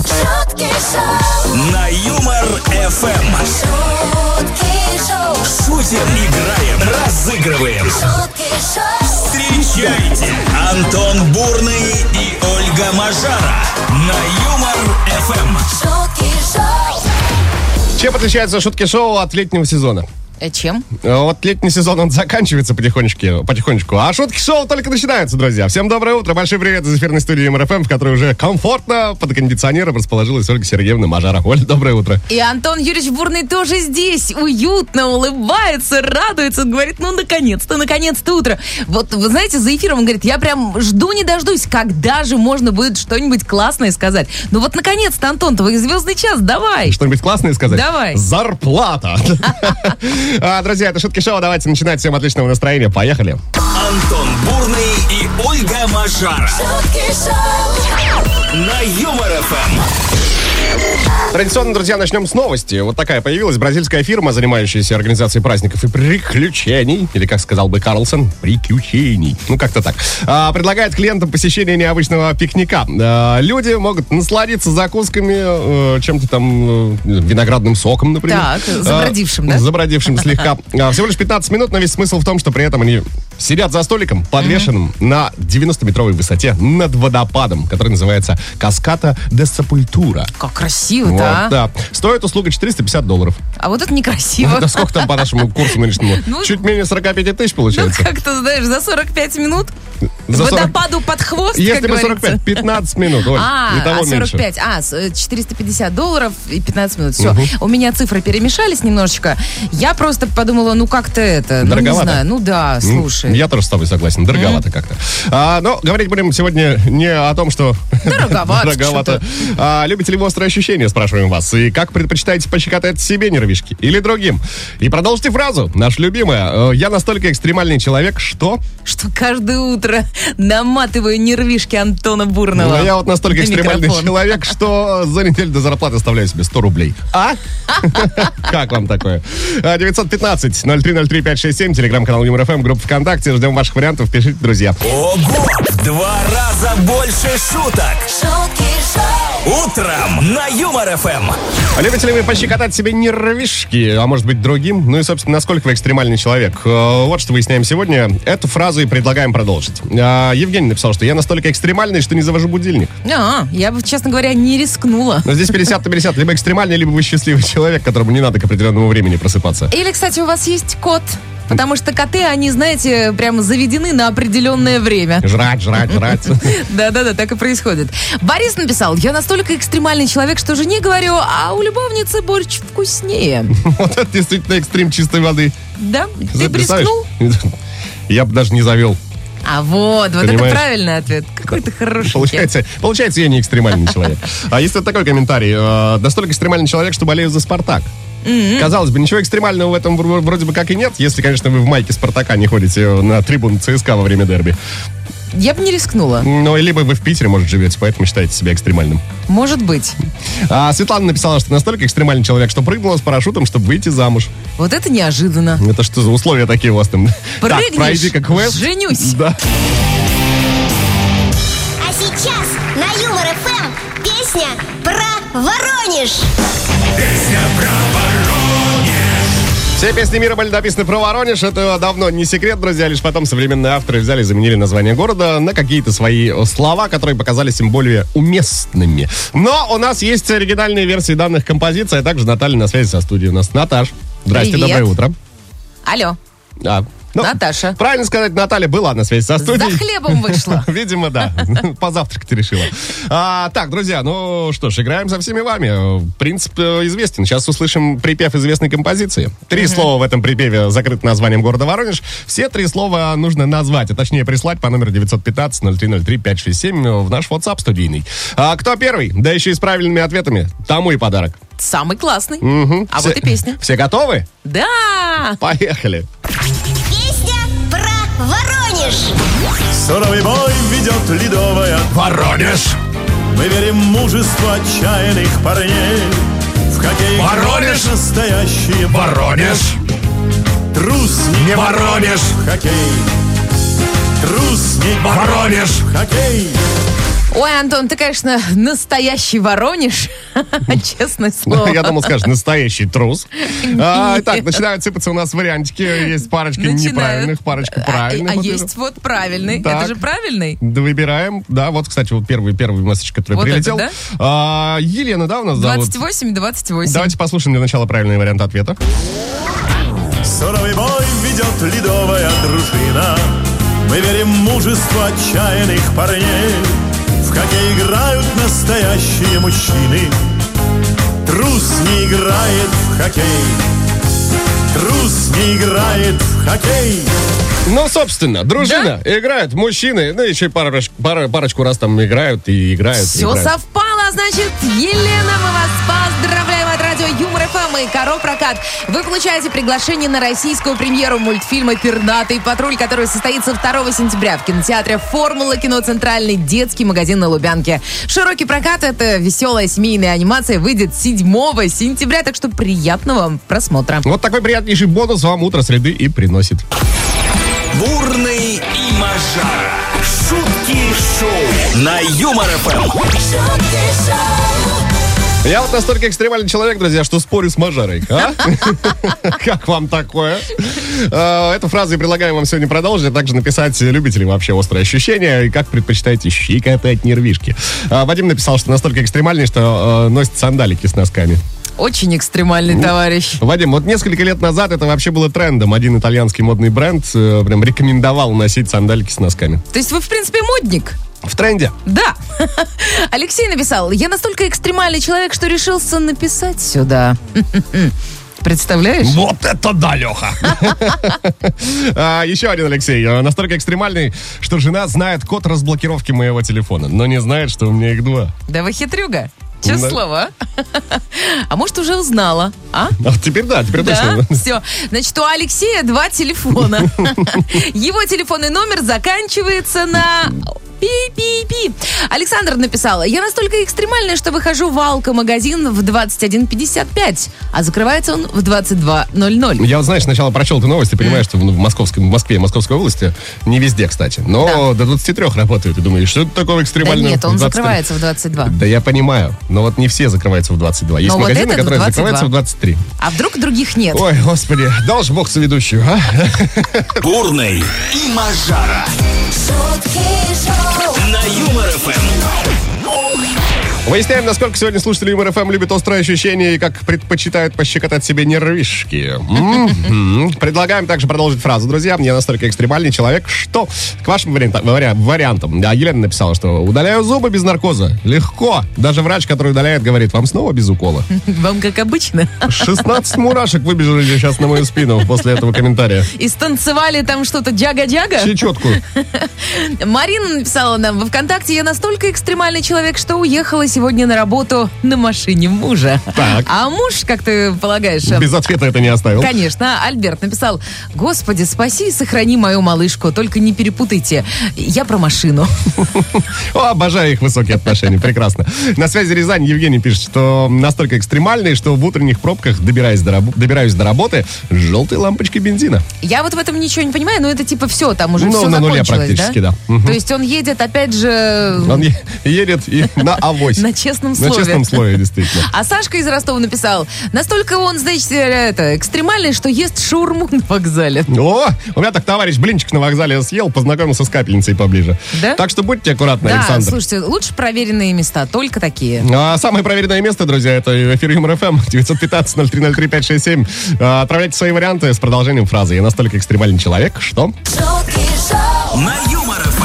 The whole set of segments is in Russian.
Шутки шоу, На Юмор ФМ. шутки шоу, Шутим, играем, разыгрываем. шутки шоу, Встречайте Антон Бурный и Ольга Мажара на Юмор Эм. ФМ. шутки шоу, Чем отличаются шутки шоу от летнего сезона? Э, Чем? Э, Вот летний сезон, он заканчивается потихонечку, потихонечку, а шутки шоу только начинаются, друзья. Всем доброе утро, большой привет из эфирной студии МРФМ, в которой уже комфортно под кондиционером расположилась Ольга Сергеевна Мажара. Оль, доброе утро. И Антон Юрьевич Бурный тоже здесь, уютно улыбается, радуется, говорит, ну, наконец-то, наконец-то утро. Вот, вы знаете, за эфиром он говорит, я прям жду не дождусь, когда же можно будет что-нибудь классное сказать. Ну вот, наконец-то, Антон, твой звездный час, давай. Что-нибудь классное сказать? Давай. Зарплата. А, Друзья, это шутки шоу, давайте начинать. Всем отличного настроения, поехали. Антон Бурный и Ольга Мажара шутки шоу, на Юмор Эм. ФМ. Традиционно, друзья, начнем с новости. Вот такая появилась бразильская фирма, занимающаяся организацией праздников и приключений, или, как сказал бы Карлсон, приключений. Ну, как-то так. А, предлагает клиентам посещение необычного пикника. А, люди могут насладиться закусками, э, чем-то там, э, виноградным соком, например. А, Так, забродившим, да? Забродившим слегка. А, Всего лишь 15 минут, но весь смысл в том, что при этом они сидят за столиком, подвешенным на 90-метровой высоте над водопадом, который называется «Каската де Сапультура». Как красиво-то, Вот, а? да. Стоит услуга 450 долларов. А вот это некрасиво. Да сколько там по нашему курсу нынешнему? Ну, Чуть менее 45 тысяч Ну, получается. как-то, знаешь, за 45 минут За 40 водопаду под хвост, Если ну, как бы говорится. 45, 15 минут, Оль. А, и того а меньше. 45, а, с- э, 450 долларов и 15 минут. Все, Мгм. у меня цифры перемешались немножечко. Я просто подумала, ну как-то это, ну не Дороговато? знаю, ну да, Ну, слушай. Я тоже с тобой согласен, дороговато как-то. А, но говорить будем сегодня не о том, что Дороговато дороговато. что-то. А, любите ли вы острые ощущения, спрашиваем вас. И как предпочитаете пощекотать себе нервишки или другим? И продолжите фразу, наша любимая. Э, Я настолько экстремальный человек, что... Что каждое утро наматываю нервишки Антона Бурного. Ну, я вот настолько на экстремальный микрофон. человек, что за неделю до зарплаты оставляю себе 100 рублей. А? Как вам такое? А, 915-0303-567, телеграм-канал ЮморФМ, группа ВКонтакте. Ждем ваших вариантов, пишите, друзья. Ого! В два раза больше шуток. шутки шоу, Утром на Юмор Эм. ФМ. Любите ли А вы пощекотать себе нервишки, а может быть другим? Ну и, собственно, насколько вы экстремальный человек? Э, Вот что выясняем сегодня. Эту фразу и предлагаем продолжить. А, Евгений написал, что я настолько экстремальный, что не завожу будильник. А, я бы, честно говоря, не рискнула. Но здесь 50 на 50. Либо экстремальный, либо вы счастливый человек, которому не надо к определенному времени просыпаться. Или, кстати, у вас есть кот? Потому что коты, они, знаете, прям заведены на определенное время. Жрать, жрать, жрать. Да-да-да, так и происходит. Борис написал, я настолько экстремальный человек, что жене говорю, а у любовницы борщ вкуснее. Вот это действительно экстрим чистой воды. Да? Ты Представляешь? брискнул? Я бы даже не завел. А вот, вот это Понимаешь? правильный ответ. Какой ты хороший. кет. Получается, получается, я не экстремальный человек. А есть вот такой комментарий. э, Настолько экстремальный человек, что болею за «Спартак». Казалось бы, ничего экстремального в этом вро- вроде бы как и нет, если, конечно, вы в майке «Спартака» не ходите на трибуну ЦСКА во время дерби. Я бы не рискнула. Ну, либо вы в Питере, может, живете, поэтому считаете себя экстремальным. Может быть. А Светлана написала, что настолько экстремальный человек, что прыгнула с парашютом, чтобы выйти замуж. Вот это неожиданно. Это что за условия такие у вас там? Прыгнешь, так, пройди как квест. женюсь. Да. А сейчас на Юмор ФМ песня про Воронеж. Все песни мира были написаны про Воронеж. Это давно не секрет, друзья. Лишь потом современные авторы взяли и заменили название города на какие-то свои э, слова, которые показались им более уместными. Но у нас есть оригинальные версии данных композиций, а также Наталья на связи со студией у нас. Наташ, здрасте, Привет. доброе утро. Алло, А, ну, Наташа. Правильно сказать, Наталья была на связи со за студией. хлебом вышла. Видимо, да. Позавтракать решила. А, так, друзья, ну что ж, играем со всеми вами. Принцип э, известен. Сейчас услышим припев известной композиции. Три слова в этом припеве закрыты названием города Воронеж. Все три слова нужно назвать, а точнее прислать по номеру 915-0303-567 в наш WhatsApp студийный. А кто первый? Да еще и с правильными ответами. Тому и подарок. Самый классный. Мгм. А Все- вот и песня. Все готовы? Да! Поехали. Песня про Воронеж. Суровый бой ведет ледовая Воронеж! Мы верим в мужество отчаянных парней В хоккей Воронеж! настоящие Воронеж! Трус не Воронеж! в хоккей Трус не Воронеж! в хоккей Ой, Антон, ты, конечно, настоящий воронеж, честное слово. Ну, Я думал, скажешь, настоящий трус. А, Нет. Так, начинают сыпаться у нас вариантики. Есть парочка Начинают. неправильных, парочка А- правильных. А, Вот это. есть вот правильный. Так. Это же правильный. Да, выбираем. Да, вот, кстати, вот первый, первый месседж, который Вот прилетел. это, А, Елена, да, у нас зовут? 28, 28. Давайте послушаем для начала правильный вариант ответа. Суровый бой ведет ледовая дружина. Мы верим в мужество отчаянных парней, в хоккей играют настоящие мужчины. Трус не играет в хоккей. Трус не играет в хоккей. Ну, собственно, дружина. Играют мужчины. Ну, еще и парош- пара- парочку раз там играют и играют. и Все играют. совпало, значит, Елена, мы вас поздравляем от радио Юмор ФМ и Коро Прокат. Вы получаете приглашение на российскую премьеру мультфильма «Пернатый патруль», который состоится 2 сентября в кинотеатре «Формула кино Центральный детский магазин на Лубянке». Широкий прокат — это веселая семейная анимация, выйдет 7 сентября, так что приятного вам просмотра. Вот такой приятнейший бонус вам утро среды и приносит. Бурный и Мажара. Шутки шоу на Юмор ФМ. шутки шоу, Я вот настолько экстремальный человек, друзья, что спорю с Мажарой. А? Как вам такое? Э, Эту фразу я предлагаю вам сегодня продолжить, а также написать любителям вообще острые ощущения и как предпочитаете щекотать нервишки. А, Вадим написал, что настолько экстремальный, что э, носит сандалики с носками. Очень экстремальный Ну, товарищ. Вадим, вот несколько лет назад это вообще было трендом. Один итальянский модный бренд э, прям рекомендовал носить сандалики с носками. То есть вы, в принципе, модник? В тренде. Да. Алексей написал, я настолько экстремальный человек, что решился написать сюда. Представляешь? Вот это да, Леха! Еще А, один Алексей. Э, Настолько экстремальный, что жена знает код разблокировки моего телефона, но не знает, что у меня их два. Да вы хитрюга. Честное Да. слово. а? А может, уже узнала, а? А вот теперь да, теперь Да, точно. все. Значит, у Алексея два телефона. Его телефонный номер заканчивается на... Пи-пи-пи. Александр написал, я настолько экстремальная, что выхожу в Алко-магазин в 21.55, а закрывается он в 22.00. Я вот, знаешь, сначала прочел эту новость и понимаешь, что в в московском, в Москве, московской области, не везде, кстати, но до 23 работают. И думаешь, что это такое Да экстремальное? нет, в он 23? закрывается в 22. Да я понимаю, но вот не все закрываются в 22. Есть Но вот магазины, этот в которые 22. закрываются в 23. А вдруг других нет? Ой, господи, дал же бог соведущую, а? Бурный и Мажара шутки шоу, на Юмор ФМ. Выясняем, насколько сегодня слушатели Юмор ФМ любят острые ощущения и как предпочитают пощекотать себе нервишки. Мгм. Предлагаем также продолжить фразу. Друзья, я настолько экстремальный человек, что к вашим варианта- вариа- вариантам. Да, Елена написала, что удаляю зубы без наркоза. Легко. Даже врач, который удаляет, говорит, вам снова без укола. Вам как обычно. 16 мурашек выбежали сейчас на мою спину после этого комментария. И станцевали там что-то джага-джага. Чечетку. Марина написала нам во ВКонтакте, я настолько экстремальный человек, что уехала сегодня на работу на машине мужа. Так. А муж, как ты полагаешь, э, Без ответа это не оставил. Конечно, Альберт написал, «Господи, спаси и сохрани мою малышку, только не перепутайте, я про машину». О, обожаю их высокие отношения, прекрасно. На связи Рязань Евгений пишет, что настолько экстремальный, что в утренних пробках добираюсь до, рабо- добираюсь до работы с желтой лампочкой бензина. Я вот в этом ничего не понимаю, но это типа все, там уже Ну, все на нуле закончилось, практически, да. Мгм. То есть он едет опять же... Он е- едет и на авось. На честном На слове. честном слове, действительно. А Сашка из Ростова написал, настолько он, значит, э, это, экстремальный, что ест шаурму на вокзале. О, у меня так товарищ блинчик на вокзале съел, познакомился с капельницей поближе. Да? Так что будьте аккуратны, Да, Александр. слушайте, лучше проверенные места, только такие. А самое проверенное место, друзья, это эфир Юмор ФМ 915-0303-567. А, Отправляйте свои варианты с продолжением фразы. Я настолько экстремальный человек, что... шутки шоу, На Юмор ФМ.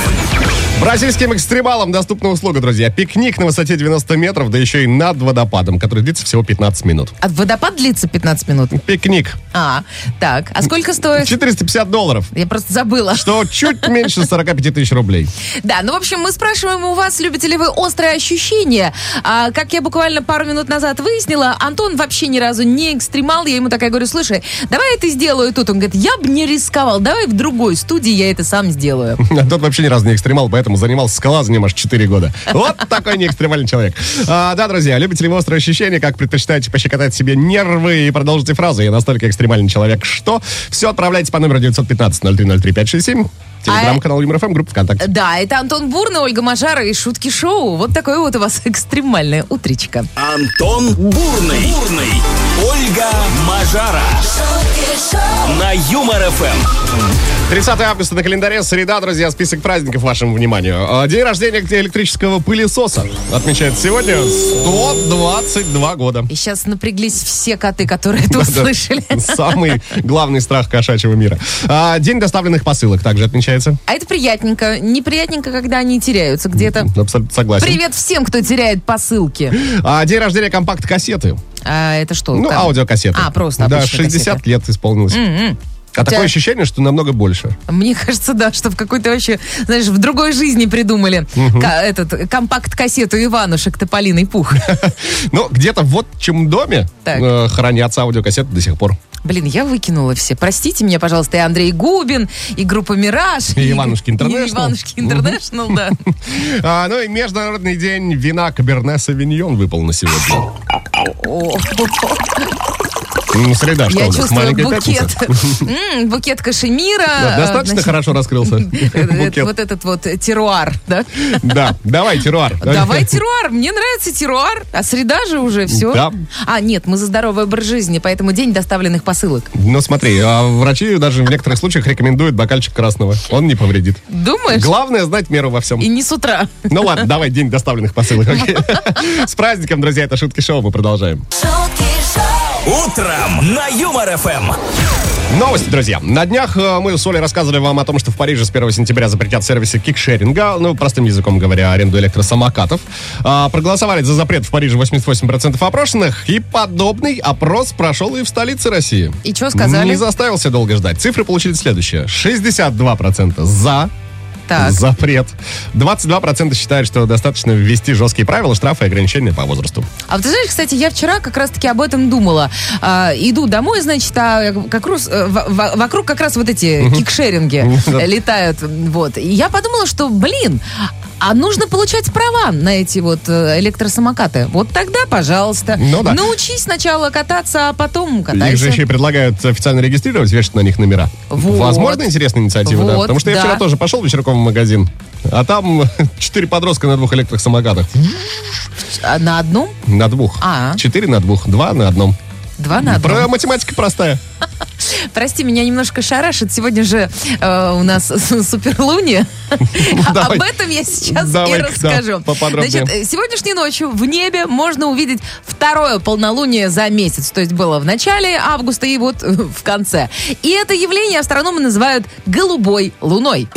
Бразильским экстремалам доступна услуга, друзья. Пикник на высоте 90 метров, да еще и над водопадом, который длится всего 15 минут. А водопад длится 15 минут? Пикник. А, так. А сколько стоит? 450 долларов. Я просто забыла. Что чуть меньше 45 тысяч рублей. Да, ну, в общем, мы спрашиваем у вас, любите ли вы острые ощущения. А, как я буквально пару минут назад выяснила, Антон вообще ни разу не экстремал. Я ему такая говорю, слушай, давай я это сделаю тут. Он говорит, я бы не рисковал, давай в другой студии я это сам сделаю. А Тот вообще ни разу не экстремал, поэтому занимался скалазанием аж 4 года. Вот такой неэкстремальный человек. А, да, друзья, любите ли вы острые ощущения, как предпочитаете пощекотать себе нервы и продолжите фразу «Я настолько экстремальный человек, что...» Все отправляйте по номеру 915-0303-567. Телеграм-канал Юмор ФМ, группа ВКонтакте. Да, это Антон Бурный, Ольга Мажара и Шутки Шоу. Вот такое вот у вас экстремальное утречко. Антон Бурный. Бурный. Ольга Мажара. На Юмор ФМ. 30 августа на календаре, среда, друзья, список праздников вашему вниманию. А, День рождения электрического пылесоса отмечает сегодня 122 года. И сейчас напряглись все коты, которые это услышали. Самый главный страх кошачьего мира. А, День доставленных посылок также отмечается. А это приятненько. Неприятненько, когда они теряются где-то. Абсолютно согласен. Привет всем, кто теряет посылки. А, День рождения компакт-кассеты. А это что? Ну, там? аудиокассеты. А, просто Да, обычная 60 кассета. М-м. лет исполнилось. А такое Да. ощущение, что намного больше. Мне кажется, да, что в какой-то вообще, знаешь, в другой жизни придумали ка- этот компакт-кассету Иванушек Тополиный Пух. Но Ну, где-то в отчим доме Так. э, хранятся аудиокассеты до сих пор. Блин, я выкинула все. Простите меня, пожалуйста, и Андрей Губин, и группа «Мираж». И Иванушки Интернешнл. И Иванушки Интернешнл, да. А, ну и Международный день вина Каберне Савиньон выпал на сегодня. О, Ну, среда, что Я у нас? чувствую Маленькая букет. пятница. М, Букет кашемира. Да, э, достаточно значит, хорошо раскрылся э, э, букет. Вот этот вот э, теруар, да? Да, давай, теруар. Давай теруар, мне нравится теруар, а среда же уже все. Да. А, нет, мы за здоровый образ жизни, поэтому день доставленных посылок. Ну смотри, а врачи даже в некоторых случаях рекомендуют бокальчик красного. Он не повредит. Думаешь? Главное знать меру во всем. И не с утра. Ну ладно, давай день доставленных посылок. окей? С праздником, друзья, это шутки шоу, мы продолжаем. шутки шоу, Утром на Юмор ФМ. Новости, друзья. На днях э, мы с Олей рассказывали вам о том, что в Париже с 1 сентября запретят сервисы кикшеринга, ну, простым языком говоря, аренду электросамокатов. А, проголосовали за запрет в Париже 88% опрошенных, и подобный опрос прошел и в столице России. И чё сказали? Не заставил себя долго ждать. Цифры получили следующее. 62% за Так. запрет. 22% считают, что достаточно ввести жесткие правила, штрафы и ограничения по возрасту. А вот ты знаешь, кстати, я вчера как раз-таки об этом думала. А, иду домой, значит, а как раз, э, во- во- вокруг как раз вот эти кикшеринги э, летают. Вот. И я подумала, что, блин, а нужно получать права на эти вот э, электросамокаты. Вот тогда, пожалуйста. Ну да. Научись сначала кататься, а потом катайся. Их же еще и предлагают официально регистрировать, вешать на них номера. Вот. Возможно, интересная инициатива, да. Вот, Потому что я да. вчера тоже пошел вечерком в магазин, а там четыре подростка на двух электросамокатах. А На одном, На двух. А. Четыре на двух, два на одном. два на одном. Про математика простая. Прости, меня немножко шарашит. Сегодня же э, у нас суперлуния. Ну, А давай. Об этом я сейчас Давай, и да, расскажу. поподробнее. Значит, э, сегодняшней ночью в небе можно увидеть второе полнолуние за месяц. То есть было в начале августа и вот э, в конце. И это явление астрономы называют голубой луной.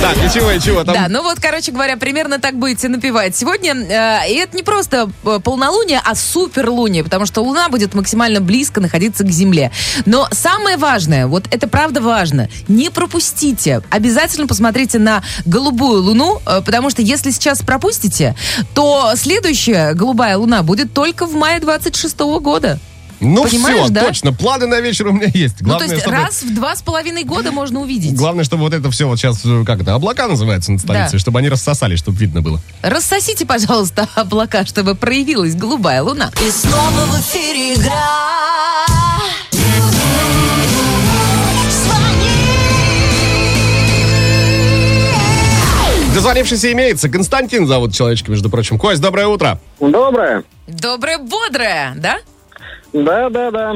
Так, и чего, и чего? Там Да, ну вот, короче говоря, примерно так будете напевать сегодня. э, и это не просто э, полнолуние, а суперлуние, потому что Луна будет максимально близко находиться к Земле. Но самое важное, вот это правда важно, не пропустите. Обязательно посмотрите на голубую Луну, э, потому что если сейчас пропустите, то следующая голубая Луна будет только в мае 26 года. ну понимаешь, все, да? точно, планы на вечер у меня есть. Главное, ну, то есть чтобы... раз в два с половиной года можно увидеть. Главное, чтобы вот это все вот сейчас, как это, облака называется над столицей, Да. чтобы они рассосались, чтобы видно было. Рассосите, пожалуйста, облака, чтобы проявилась голубая Луна. и снова в эфире игра. Дозвонившийся имеется. Константин зовут человечка, между прочим. Кость, доброе утро. Доброе. Доброе, бодрое, да? Да, да, да.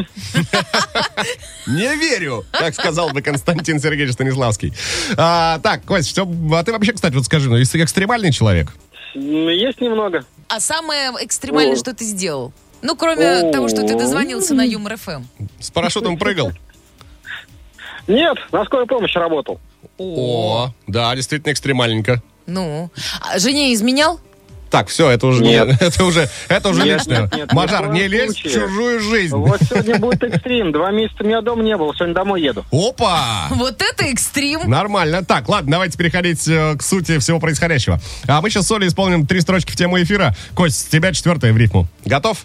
Не верю, так сказал бы Константин Сергеевич Станиславский. А, так, Кость, все, а ты вообще, кстати, вот скажи, ну, если экстремальный человек, М, Есть немного. А самое экстремальное, О. что ты сделал? Ну, кроме О. того, что ты дозвонился на Юмор Эм. ФМ. с парашютом прыгал? Нет, на скорой помощи работал. О, да, действительно экстремальненько. Ну, а жене изменял? Так, все, это уже не- Нет. это уже, это уже Нет, личное. нет, нет, ни в Мажар, коем не лезь в случае. чужую жизнь. Вот сегодня будет экстрим. Два месяца меня дома не было, сегодня домой еду. Опа! Вот это экстрим. Нормально. Так, ладно, давайте переходить э, к сути всего происходящего. А мы сейчас с Олей исполним три строчки в тему эфира. Кость, с тебя четвертая в рифму. Готов?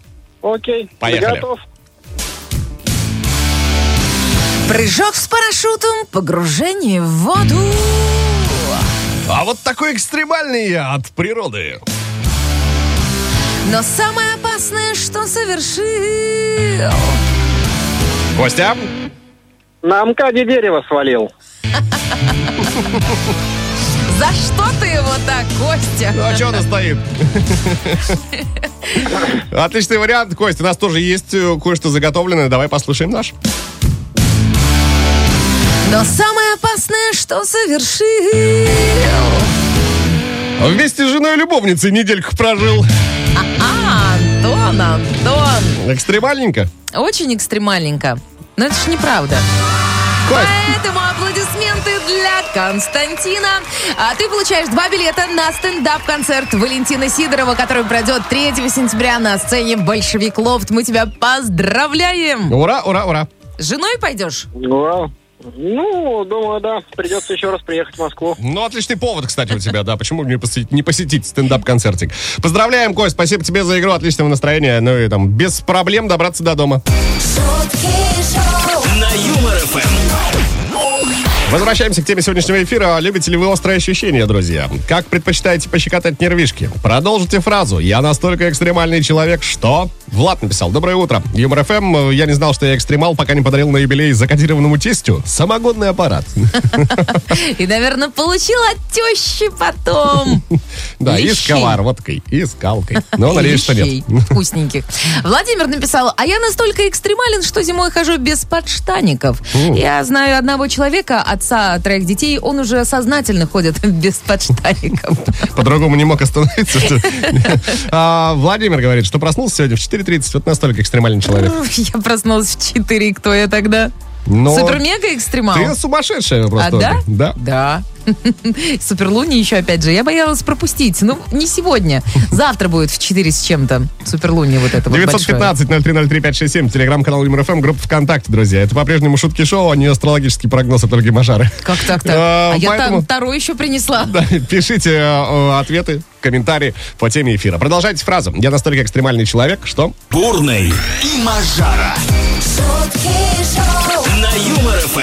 Окей, Поехали. готов. Прыжок с парашютом, погружение в воду. А вот такой экстремальный я от природы. Но самое опасное, что совершил... Костя? На МКАДе дерево свалил. За что ты его так, Костя? Ну, а что она стоит? Отличный вариант, Костя. У нас тоже есть э, кое-что заготовленное. Давай послушаем наш. Но самое опасное, что совершил... Вместе с женой и любовницей недельку прожил. А, Антон, Антон. Экстремальненько. Очень экстремальненько. Но это ж неправда. Кость. Поэтому аплодисменты для Константина. А ты получаешь два билета на стендап-концерт Валентины Сидорова, который пройдет 3 сентября на сцене «Большевик Лофт». Мы тебя поздравляем! Ура, ура, ура. С женой пойдешь? Ура. Ну, думаю, да. Придется еще раз приехать в Москву. Ну, отличный повод, кстати, у тебя, да. Почему не посетить, не посетить стендап-концертик? Поздравляем, Кость. Спасибо тебе за игру. Отличного настроения. Ну и там без проблем добраться до дома. шутки шоу, На Юмор ФМ. Возвращаемся к теме сегодняшнего эфира. Любите ли вы острые ощущения, друзья? Как предпочитаете пощекотать нервишки? Продолжите фразу. Я настолько экстремальный человек, что... Влад написал. Доброе утро. Юмор ФМ. Я не знал, что я экстремал, пока не подарил на юбилей закодированному тестю самогонный аппарат. И, наверное, получил от тещи потом. Да, и Лещей. с сковородкой, и скалкой. Но надеюсь, что нет. Вещей Вкусненьких. Владимир написал, а я настолько экстремален, что зимой хожу без подштаников. О. Я знаю одного человека, отца троих детей, он уже сознательно ходит без подштаников. По-другому не мог остановиться. что ли? А, Владимир говорит, что проснулся сегодня в 4.30. Вот настолько экстремальный человек. Я проснулась в 4, кто я тогда? Но Супер-мега экстремал. Ты сумасшедшая А, просто. да? Да. Да. Суперлуни еще, опять же, я боялась пропустить. Ну, не сегодня. Завтра будет в 4 с чем-то. Суперлуни вот это вот большое. 915-0303-567, телеграм-канал Юмор ФМ, группа ВКонтакте, друзья. Это по-прежнему шутки шоу, а не астрологический прогноз от Ольги Мажары. Как так-то? А, А я поэтому- там второй еще принесла. Да, пишите э, э, ответы, комментарии по теме эфира. Продолжайте фразу. Я настолько экстремальный человек, что... Бурный и Мажара. шутки шоу, На Юмор ФМ.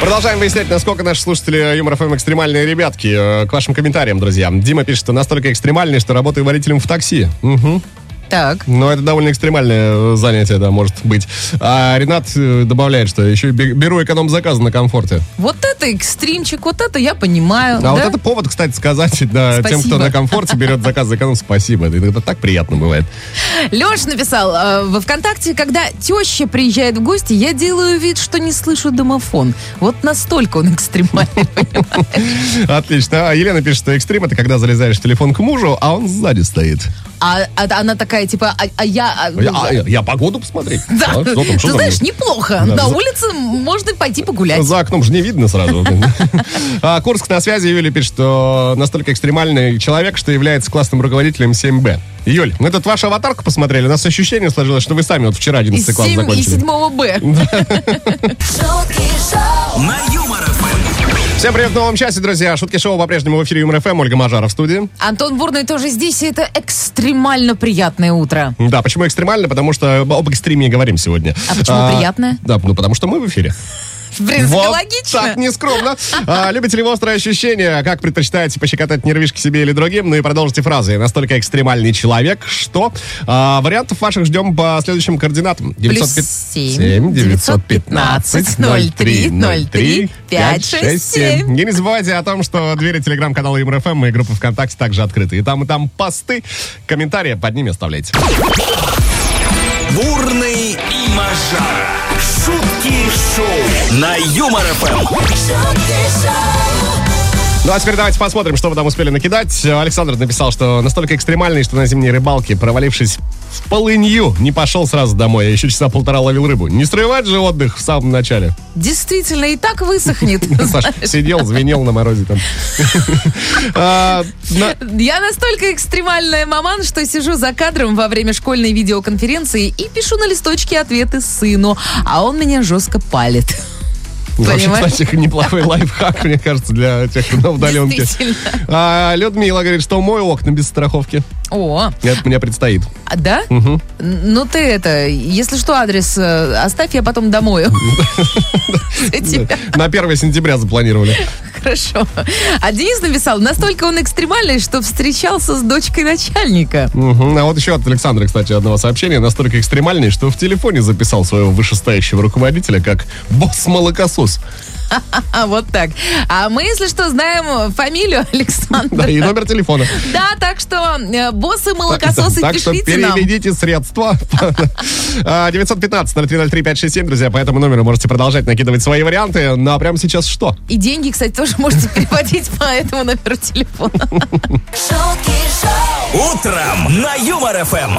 Продолжаем выяснять, насколько наши слушатели Юмор ФМ экстремальные ребятки. Э, К вашим комментариям, друзья. Дима пишет, что настолько экстремальный, что работаю водителем в такси. Мгм. Так. Но это довольно экстремальное э, занятие, да, может быть. А Ренат э, добавляет, что еще и бе- беру эконом-заказы на комфорте. Вот это экстримчик, вот это я понимаю. А да? вот это повод, кстати, сказать да, Спасибо. тем, кто на комфорте берет заказ за эконом, спасибо. Это иногда так приятно бывает. Леш написал э, во ВКонтакте, когда теща приезжает в гости, я делаю вид, что не слышу домофон. Вот настолько он экстремальный. Отлично. А Елена пишет, что экстрим это когда залезаешь в телефон к мужу, а он сзади стоит. А, а она такая, типа, а, а я... а, Я, а, я- я погоду посмотреть. да, А, что там, ты что там? знаешь, неплохо. Да, На за- улице можно пойти погулять. За окном же не видно сразу. А, Курск на связи. Юля пишет, что настолько экстремальный человек, что является классным руководителем 7Б. Юль, мы тут вашу аватарку посмотрели. У нас ощущение сложилось, что вы сами вот вчера Из 11 класс сем- из закончили. седьмого Б. шутки шоу, На Юмор ФМ. Всем привет в новом часе, друзья. Шутки шоу по-прежнему в эфире Юмор ФМ. Ольга Мажара в студии. Антон Бурный тоже здесь, и это экстремально приятное утро. Да, почему экстремально? Потому что об- об экстриме и говорим сегодня. А почему приятное? Да, ну потому что мы в эфире. В принципе, Вот логично. так нескромно. А, любите ли вы острые ощущения? Как предпочитаете пощекотать нервишки себе или другим? Ну и продолжите фразы. «Я Настолько экстремальный человек, что... А, вариантов ваших ждем по следующим координатам. Плюс 907, 915 03 03 567. Не забывайте о том, что двери телеграм-канала ЮМРФМ и группы ВКонтакте также открыты. И там, и там посты, комментарии под ними оставляйте. Бурный и Мажара. Шутки шоу. На Юмор ФМ. шутки шоу, Ну а теперь давайте посмотрим, что вы там успели накидать. Александр написал, что настолько экстремальный, что на зимней рыбалке, провалившись в полынью, не пошел сразу домой, а еще часа полтора ловил рыбу. Не срывать же отдых в самом начале. Действительно, и так высохнет. Саш сидел, звенел на морозе там. А, на- Я настолько экстремальная маман, что сижу за кадром во время школьной видеоконференции и пишу на листочке ответы сыну, а он меня жестко палит. Вообще, Понимаешь? кстати, клевый лайфхак, мне кажется, для тех, кто на удаленке. Действительно. А, Людмила говорит, что мой окна без страховки. О, Это мне предстоит. а да? Ну ты это, если что, адрес э, оставь, я потом домой. За тебя. На 1 сентября запланировали. хорошо. А Денис написал, настолько он экстремальный, что встречался с дочкой начальника. Мгм. А вот еще от Александра, кстати, одного сообщения. Настолько экстремальный, что в телефоне записал своего вышестоящего руководителя как «босс-молокосос». А вот так. А мы, если что, знаем фамилию Да, и Александра. номер телефона. Да, так что э, боссы молокососы Так что пишите нам. переведите средства. А, 915-0303-567, друзья, по этому номеру можете продолжать накидывать свои варианты. Ну а прямо сейчас что? И деньги, кстати, тоже можете переводить по этому номеру телефона. шутки шоу, Утром на Юмор ФМ.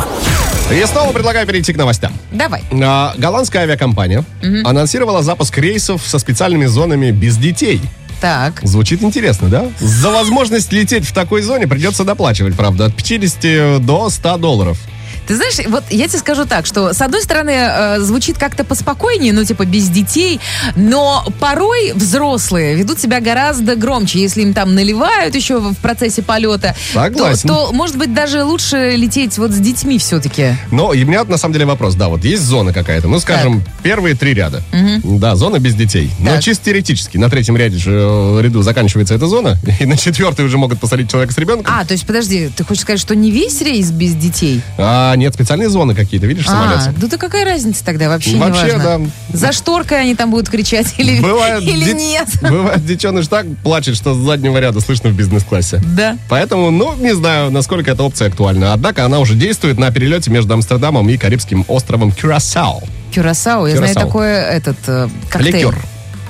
И снова предлагаю перейти к новостям. Давай. А, голландская авиакомпания анонсировала запуск рейсов со специальными зонами без детей. Так. Звучит интересно, да? За возможность лететь в такой зоне придется доплачивать, правда, от 50 до 100 долларов. Ты знаешь, вот я тебе скажу так, что с одной стороны э, звучит как-то поспокойнее, ну типа без детей, но порой взрослые ведут себя гораздо громче, если им там наливают еще в процессе полета. то- Согласен. То, может быть даже лучше лететь вот с детьми все-таки. Но и у меня на самом деле вопрос, да, вот есть зона какая-то, ну, скажем, первые три ряда. Да, зона без детей. Но Так. чисто теоретически, на третьем ряде же, э, ряду заканчивается эта зона, и на четвертой уже могут посадить человека с ребенком. А, то есть подожди, ты хочешь сказать, что не весь рейс без детей? А, нет, специальные зоны какие-то, видишь, А, самолет. ну да какая разница тогда вообще? не Вообще, важно. да. За шторкой они там будут кричать или, Бывает, или дет- нет? Бывает, детеныш так плачет, что с заднего ряда слышно в бизнес-классе. Да. Поэтому, ну, не знаю, насколько эта опция актуальна. Однако она уже действует на перелете между Амстердамом и Карибским островом Кюрасау. Кюрасау, я знаю Кюрасао. такое этот э, коктейль. Ликер.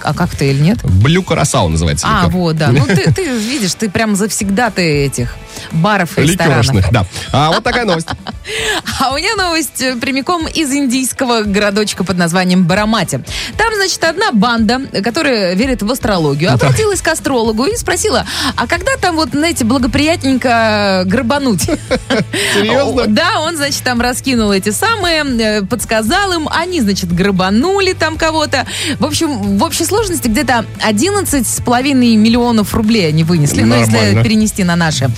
А коктейль нет? Блю Кюрасау называется. А, ликер. вот, да. Ну, ты, ты видишь, ты прям завсегда ты этих баров и ресторанов. Ликерочных, да. А вот такая новость. А у меня новость э, прямиком из индийского городочка под названием Барамати. Там, значит, одна банда, э, которая верит в астрологию, обратилась к астрологу и спросила, а когда там вот, знаете, благоприятненько грабануть? Серьезно? Да, он, значит, там раскинул эти самые, э, подсказал им, они, значит, грабанули там кого-то. В общем, в общей сложности где-то 11,5 миллионов рублей они вынесли, ну, если Нормально. перенести на наши.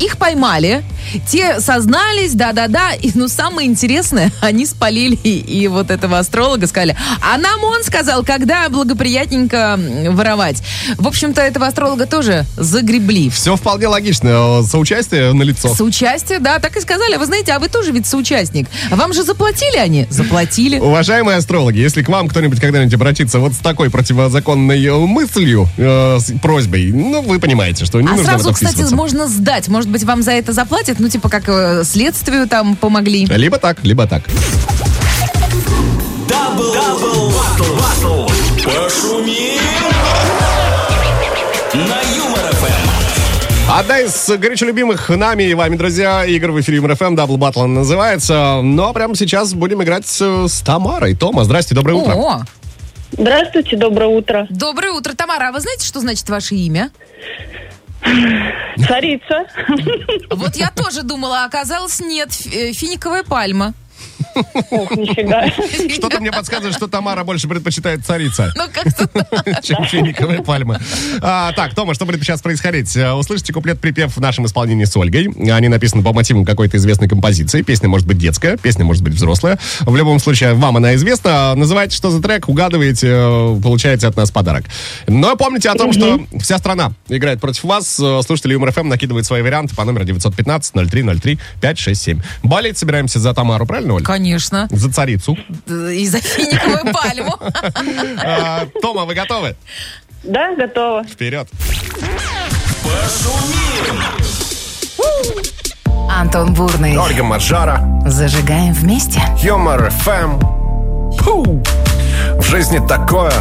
Их поймали, те сознались, да-да-да, и, ну, самое интересное, они спалили и, и вот этого астролога, сказали, а нам он сказал, когда благоприятненько м, воровать. В общем-то, этого астролога тоже загребли. Все вполне логично. Соучастие на лицо. Соучастие, да, так и сказали. Вы знаете, а вы тоже ведь соучастник. А Вам же заплатили они? Заплатили. Уважаемые астрологи, если к вам кто-нибудь когда-нибудь обратится вот с такой противозаконной э, мыслью, э, с просьбой, ну, вы понимаете, что не А нужно в сразу, это кстати, вписываться. можно сдать. Может быть, вам за это заплатят? Ну, типа, как э, следствию там помогли. Либо так, либо так. Дабл, дабл, батл, батл. Пошумим. На Юмор Эм. ФМ. Одна из горячо любимых нами и вами, друзья, игр в эфире МРФМ, Дабл Батл она называется. Но прямо сейчас будем играть с, э, с Тамарой. Тома, здрасте, доброе утро. О, Здравствуйте, доброе утро. доброе утро, Тамара. А вы знаете, что значит ваше имя? Царица. Вот я тоже думала, а оказалось, нет, ф- э, финиковая пальма. Ох, нифига. Что-то мне подсказывает, что Тамара больше предпочитает царица, Ну, как-то... чем финиковые пальмы. А, так, Тома, что будет сейчас происходить? А, Услышите куплет-припев в нашем исполнении с Ольгой. Они написаны по мотивам какой-то известной композиции. Песня может быть детская, песня может быть взрослая. В любом случае, вам она известна. Называйте, что за трек, угадываете, э, получаете от нас подарок. Но помните о том, что вся страна играет против вас. Э, Слушатели Юмор ФМ накидывают свои варианты по номеру 915-0303-567. Болеть собираемся за Тамару, правильно, Оль? Конечно, За царицу. Э, и за финиковую пальму. А, Тома, вы готовы? Да, готова. Вперед. Антон Бурный. Ольга Маржара. Зажигаем вместе. Юмор ФМ. Фу. В жизни такое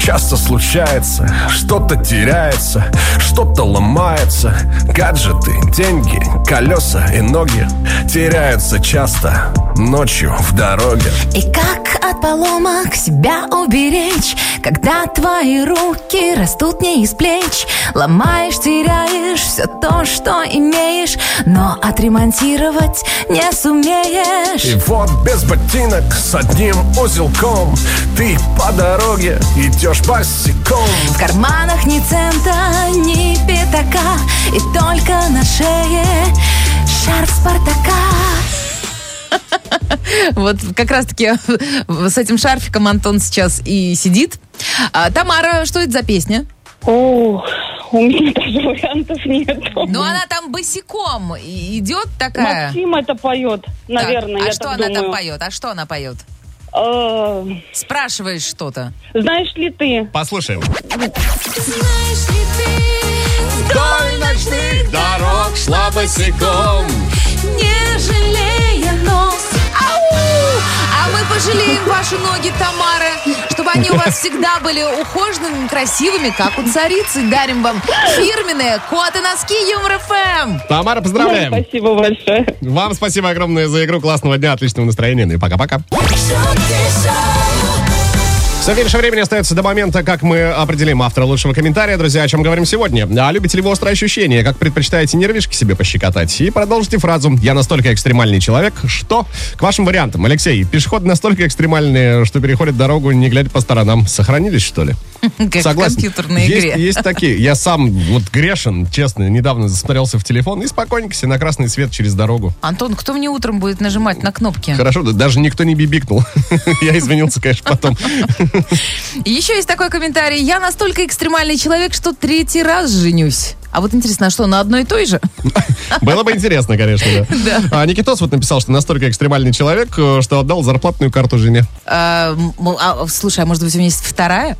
часто случается. Что-то теряется, что-то ломается. Гаджеты, деньги, колеса и ноги теряются часто ночью в дороге. И как от поломок себя уберечь, когда твои руки растут не из плеч, ломаешь, теряешь все то, что имеешь, но отремонтировать не И сумеешь. вот без ботинок с одним узелком Ты по дороге идешь босиком В карманах ни цента, ни пятака, и только на шее шарф Спартака. Вот как раз-таки с этим шарфиком Антон сейчас и сидит. А, Тамара, что это за песня? О, У меня даже вариантов нету. Ну, она там босиком и- идет такая. Максим это поет, Так, наверное, а я что так она там думаю. поет? А что она поет? Э, Спрашиваешь что-то. Знаешь ли ты? Послушаем. Знаешь ли ты, Вдоль ночных дорог шла босиком. Не жалея ног. Ау! А мы пожалеем ваши ноги, Тамара, чтобы они у вас всегда были ухоженными, красивыми, как у царицы. Дарим вам фирменные коты носки Юмор ФМ. Тамара, Ой, поздравляем. Спасибо большое. Вам спасибо огромное за игру. Классного дня, отличного настроения. Ну и пока-пока. шутки шоу, Все меньше времени остается до момента, как мы определим автора лучшего комментария. Друзья, о чем говорим сегодня? А любите ли вы острые ощущения? Как предпочитаете нервишки себе пощекотать? И продолжите фразу «Я настолько экстремальный человек, что...» К вашим вариантам. Алексей, пешеходы настолько экстремальные, что переходят дорогу, не глядя по сторонам. Сохранились, что ли? Как в компьютерной есть, игре. Есть такие. Я сам вот грешен, честно, недавно засмотрелся в телефон и спокойненько себе на красный свет через дорогу. Антон, кто мне утром будет нажимать на кнопки? Хорошо, да даже никто не бибикнул. Я извинился, конечно, потом. И Еще есть такой комментарий. Я настолько экстремальный человек, что третий раз женюсь. А вот интересно, а что, на одной и той же? Было бы интересно, конечно, да. А Никитос вот написал, что настолько экстремальный человек, э, что отдал зарплатную карту жене. А, мол, а, слушай, а может быть у меня есть вторая?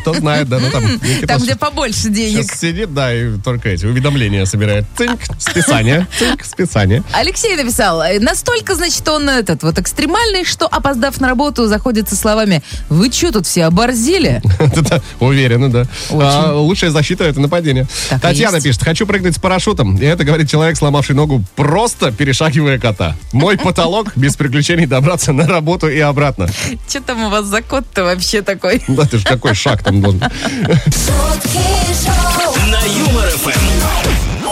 Кто знает, да, ну там Никитос Там, где побольше денег. сейчас сидит, да, и только эти уведомления собирает. Цинк, списание, цинк, списание. Алексей написал, э, настолько, значит, он этот вот экстремальный, что, опоздав на работу, заходит со словами «Вы чё тут все оборзели?» Это уверенно, да. А, Лучшая защита — это нападение. Так и Татьяна есть. пишет, хочу прыгнуть с парашютом. И это говорит человек, сломавший ногу, просто перешагивая кота. Мой потолок — без приключений добраться на работу и обратно. Че там у вас за кот-то вообще такой? Да ты же какой шаг там должен. шутки шоу, На Юмор ФМ.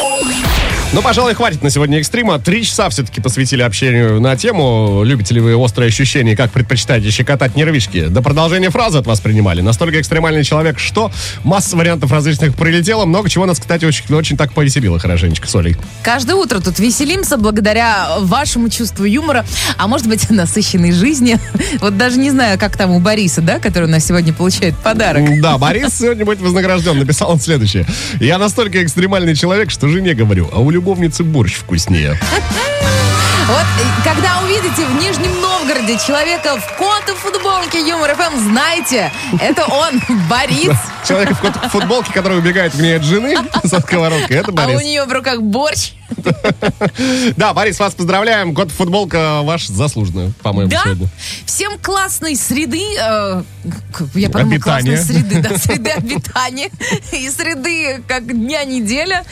Ну, пожалуй, хватит на сегодня экстрима. Три часа все-таки посвятили общению на тему. Любите ли вы острые ощущения, и как предпочитаете щекотать нервишки? До продолжения фразы от вас принимали. Настолько экстремальный человек, что масса вариантов различных прилетело. Много чего нас, кстати, очень, очень так повеселило хорошенечко с Олей. Каждое утро тут веселимся благодаря вашему чувству юмора, а может быть, насыщенной жизни. Вот даже не знаю, как там у Бориса, да, который у нас сегодня получает подарок. Да, Борис сегодня будет вознагражден. Написал он следующее. Я настолько экстремальный человек, что жене говорю, а у любовницы борщ вкуснее. Вот, э, когда увидите в Нижнем Новгороде человека в кота футболке Юмор ФМ, знайте, это он, Борис. Человек в кот- в футболке, который убегает в ней от жены со сковородкой, это А у Борис. нее в руках борщ. Да, Борис, вас поздравляем. Год футболка ваш заслуженная, по-моему, Да? сегодня. Всем классной среды, э, к- я подумала, Обитания. классной среды, да, среды обитания и среды как дня неделя.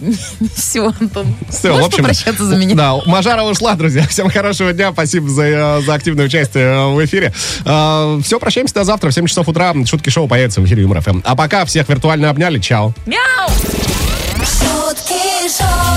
Все, Антон, Все, можешь в общем, попрощаться за меня? Да, Мажара ушла, друзья. Всем хорошего дня. Спасибо за, э, за активное участие э, в эфире. все, прощаемся до завтра в 7 часов утра. Шутки шоу появится в эфире Юмор ФМ. А пока всех виртуально обняли. Чао. Мяу! шутки шоу. Эм.